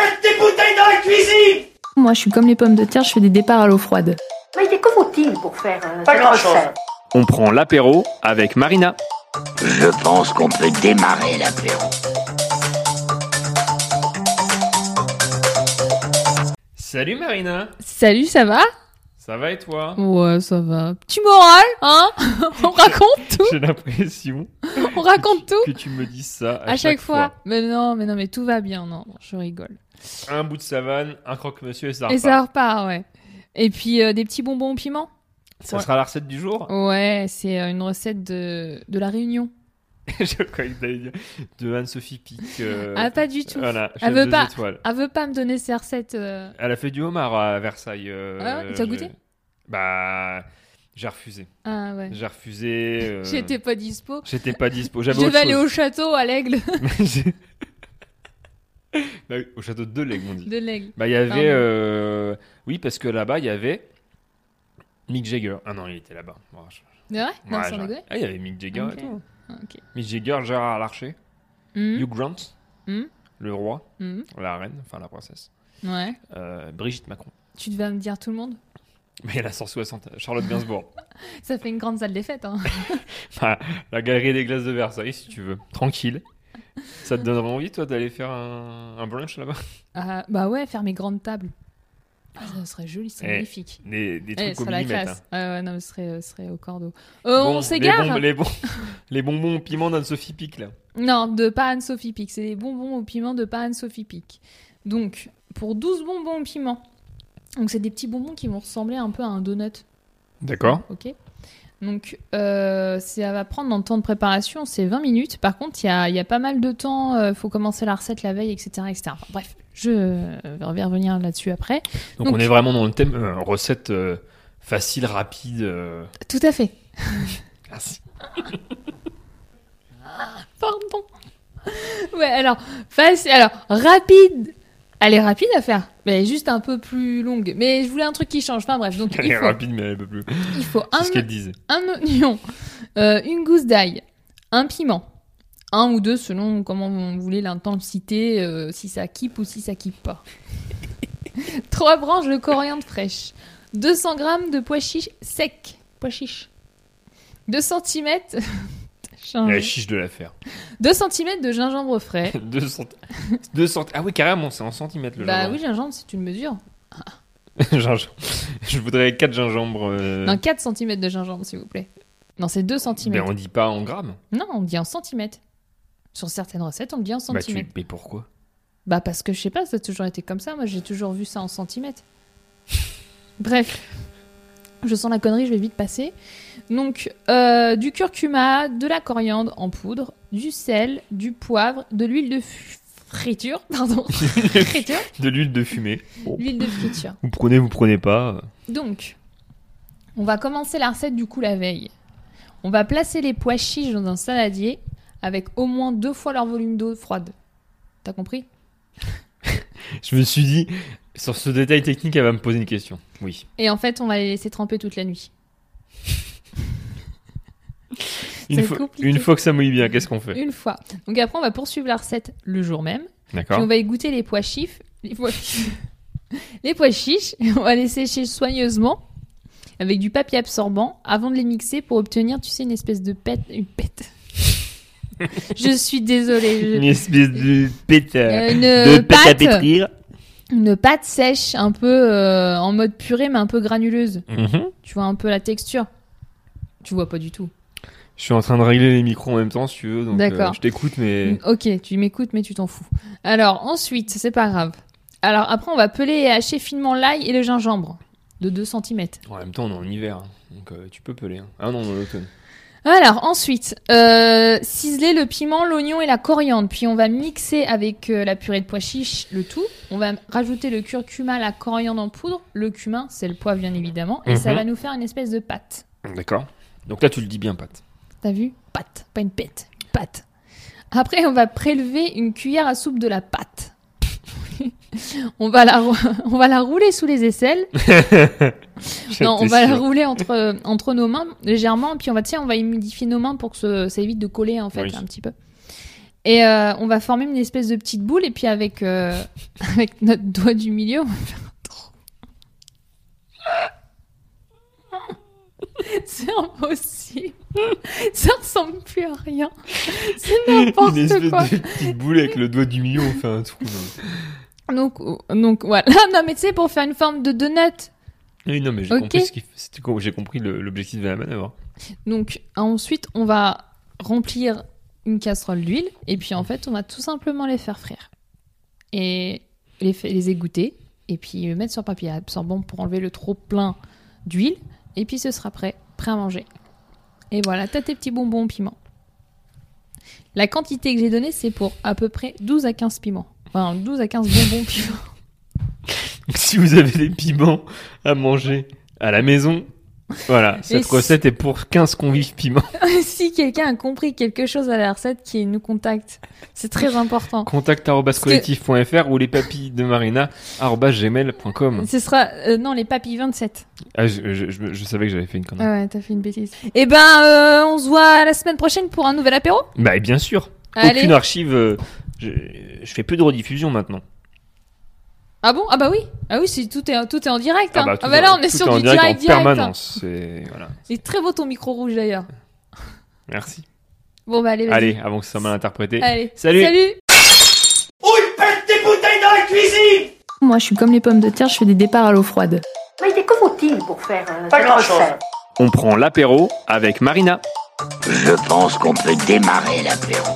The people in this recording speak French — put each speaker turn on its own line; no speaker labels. allez dans la cuisine
Moi, je suis comme les pommes de terre, je fais des départs à l'eau froide.
Mais que faut-il pour faire euh,
Pas
cette
grand-chose.
recette
On prend l'apéro avec Marina.
Je pense qu'on peut démarrer l'apéro.
Salut Marina,
Salut, ça va
ça va et toi
Ouais, ça va. Petit moral, hein On raconte tout,
J'ai l'impression
on raconte tout.
que tu me dis ça à,
À chaque fois. Mais non, mais non, mais tout va bien, non, je rigole.
Un bout de savane, un croque-monsieur et ça
Et
repart.
ça repart, ouais. Et puis euh, des petits bonbons au piment.
Ça sera la recette du jour
Ouais, c'est euh, une recette de, de la Réunion.
Je croyais que t'allais dire de Anne-Sophie Pic. euh,
Ah, pas du tout.
Voilà,
Elle
chef
veut
deux
pas.
étoiles.
Elle veut pas me donner ces recettes. euh,
Elle a fait du homard à Versailles. euh,
Ah, t'as
je-
goûté
Bah, j'ai refusé.
Ah ouais.
J'ai refusé. euh,
J'étais pas dispo.
J'étais pas dispo.
Je
J'avais
devais
autre
aller
chose.
au château à l'aigle
Mais j'ai- Bah oui, au château de Lègue, on dit.
de l'aigle.
Bah, il y avait.
Pardon.
euh, Oui, parce que là-bas, il y avait Mick Jagger. Ah non, il était là-bas. Bon, je-
C'est vrai Non,
ouais,
sans
j'arrête.
déconner.
Ah, il y avait Mick Jagger
Ok.
et tout.
Ah, ok.
Mick Jagger, Gérard Larcher,
Hmm,
Hugh Grant,
Hmm.
le roi,
hmm,
la reine, enfin la princesse,
Ouais.
euh, Brigitte Macron.
Tu devais me dire tout le monde.
Mais elle a 160, Charlotte Gainsbourg.
Ça fait une grande salle des fêtes. Hein.
la galerie des glaces de Versailles, si tu veux. Tranquille. Ça te donnerait envie, toi, d'aller faire un, un brunch là-bas
Ah, bah ouais, faire mes grandes tables. Ah, ça serait joli, c'est
Eh,
magnifique.
Des, des
Eh,
trucs
ce
au
serait la
millimètre. hein.
classe. Ah ouais, non, mais ce serait, euh, ce serait au cordeau. Euh,
Bon,
on
les,
s'égare
bonbons- les, bon- les bonbons au piment d'Anne-Sophie Pic, là.
Non, de pas Anne-Sophie Pic. C'est des bonbons au piment de pas Anne-Sophie Pic. Donc, pour 12 bonbons au piment. Donc, c'est des petits bonbons qui vont ressembler un peu à un donut.
D'accord.
Ok. Donc, euh, ça va prendre dans le temps de préparation, c'est 20 minutes. Par contre, il y a, il y a pas mal de temps, il faut commencer la recette la veille, etc. etc. Enfin, bref, je euh, vais revenir là-dessus après.
Donc,
Donc-
on est vraiment dans le thème euh, recette euh, facile, rapide. euh,
Tout à fait. Ah,
Merci.
Pardon. Ouais, alors, facile. Alors, rapide. Elle est rapide à faire, mais juste un peu plus longue. Mais je voulais un truc qui change. Enfin bref, donc
Elle
il
est
faut,
rapide, mais elle peut plus.
il faut
C'est
un,
ce qu'elle disait.
un oignon, euh, une gousse d'ail, un piment, un ou deux selon comment vous voulez l'intensité, euh, si ça kippe ou si ça kippe pas. Trois branches de coriandre fraîche, 200 grammes de pois chiches secs, pois chiches, 2 cm. Ah,
Elle chiche de l'affaire.
2 cm de gingembre frais.
200... 200... Ah oui, carrément, c'est en centimètres le
Bah oui,
gingembre.
gingembre, c'est une mesure.
Gingembre. Je voudrais 4 gingembres. euh,
Non, 4 cm de gingembre, s'il vous plaît. Non, c'est 2 cm.
ben, on dit pas en grammes.
Non, on dit en centimètres. Sur certaines recettes, on le dit en
Bah,
centimètres.
tu... Mais pourquoi
Bah, parce que je sais pas, ça a toujours été comme ça. Moi, j'ai toujours vu ça en centimètres. Bref. Je sens la connerie, je vais vite passer. Donc, euh, du curcuma, de la coriandre en poudre, du sel, du poivre, de l'huile de f- friture, pardon, friture,
De l'huile de fumée. Bon.
l'huile de friture.
Vous prenez, vous prenez pas.
Donc, on va commencer la recette du coup la veille. On va placer les pois chiches dans un saladier avec au moins deux fois leur volume d'eau froide. T'as compris
Je me suis dit, sur ce détail technique, elle va me poser une question. Oui.
Et en fait, on va les laisser tremper toute la nuit.
Une,
C'est
fois-
compliqué.
une fois que ça mouille bien, qu'est-ce qu'on fait
Une fois. Donc après, on va poursuivre la recette le jour même. Puis on
D'accord
va égoutter les pois chiches. Les pois, les pois chiches. et On va les sécher soigneusement avec du papier absorbant avant de les mixer pour obtenir, tu sais, une espèce de pète. Une pète. Je suis désolée. je-
Une espèce de pète à-
Euh,
de
une
pète à
pâte,
pétrir.
une pâte sèche, un peu euh, en mode purée, mais un peu granuleuse.
Mhm.
Tu vois un peu la texture. Tu vois pas du tout.
Je suis en train de régler les micros en même temps, si tu veux. Donc,
D'accord. Mm.
euh, je t'écoute, mais.
Ok, tu m'écoutes, mais tu t'en fous. Alors ensuite, c'est pas grave. Alors après, on va peler et hacher finement l'ail et le gingembre de 2 cm.
En même temps, on est en hiver. hein. Donc, euh, tu peux peler. hein. Ah non, on est en automne.
Alors ensuite, euh, ciseler le piment, l'oignon et la coriandre. Puis on va mixer avec euh, la purée de pois chiche le tout. On va rajouter le curcuma, la coriandre en poudre. Le cumin, c'est le poivre bien évidemment. Et ça
Mhm.
va nous faire une espèce de pâte.
D'accord. Donc là, tu le dis bien, Pat.
T'as vu Pâte, pas une pète, pâte. Après, on va prélever une cuillère à soupe de la pâte. on, va la, rou- on va la rouler sous les aisselles Non, on
J'étais
va la
sûr.
rouler entre, euh, entre nos mains légèrement, puis on va, tiens, on va humidifier nos mains pour que ce- ça évite de coller en fait
Oui.
un petit peu. Et euh, on va former une espèce de petite boule, et puis avec, euh, avec notre doigt du milieu, on va faire un trou. C'est impossible. Ça ressemble plus à rien. C'est
Une
n'importe
espèce
quoi.
de petite boule avec le doigt du milieu, on fait un trou. non.
Donc, euh, donc voilà. Non, mais tu sais, pour faire une forme de donut.
Oui, non, mais j'ai
Ok.
compris, ce qu'il- c'était quoi, j'ai compris le- l'objectif de la manœuvre.
Donc hein, ensuite, on va remplir une casserole d'huile, et puis en fait, on va tout simplement les faire frire. Et les, fa- les égoutter, et puis les mettre sur papier absorbant pour enlever le trop plein d'huile, et puis ce sera prêt, prêt à manger. Et voilà, t'as tes petits bonbons au piment. La quantité que j'ai donnée, c'est pour à peu près 12 à 15 piments. Enfin, 12 à 15 bonbons piments.
Si vous avez des piments à manger à la maison, voilà, cette
si-
recette est pour 15 convives piments.
si quelqu'un a compris quelque chose à la recette, qu'il nous contacte. C'est très important.
Contact collectif.fr ou les papilles de Marina gmail.com.
Ce sera. euh, non, les papilles 27.
Ah, je, je- je- je savais que j'avais fait une connerie.
Ah ouais, t'as fait une bêtise. Eh ben, euh, on se voit la semaine prochaine pour un nouvel apéro.
Bah, et bien sûr.
Ah. Allez.
Aucune archive. euh, je, je fais plus de rediffusion maintenant.
Ah bon Ah bah oui. Ah oui, c'est- tout est, tout est en direct. hein.
bah, tout est-
là, on est
tout
sur
en
du direct,
direct en
direct.
permanence. C'est- Voilà.
hein. C'est très beau ton micro rouge d'ailleurs.
Merci.
Bon bah allez, vas-y.
Allez, avant que ça soit mal interprété.
Allez.
Salut.
Salut.
Moi, je suis comme les pommes de terre, je fais des départs à l'eau froide.
Mais que faut-il pour faire euh,
Pas
cette
grand-chose.
recette
On prend l'apéro avec Marina.
Je pense qu'on peut démarrer l'apéro.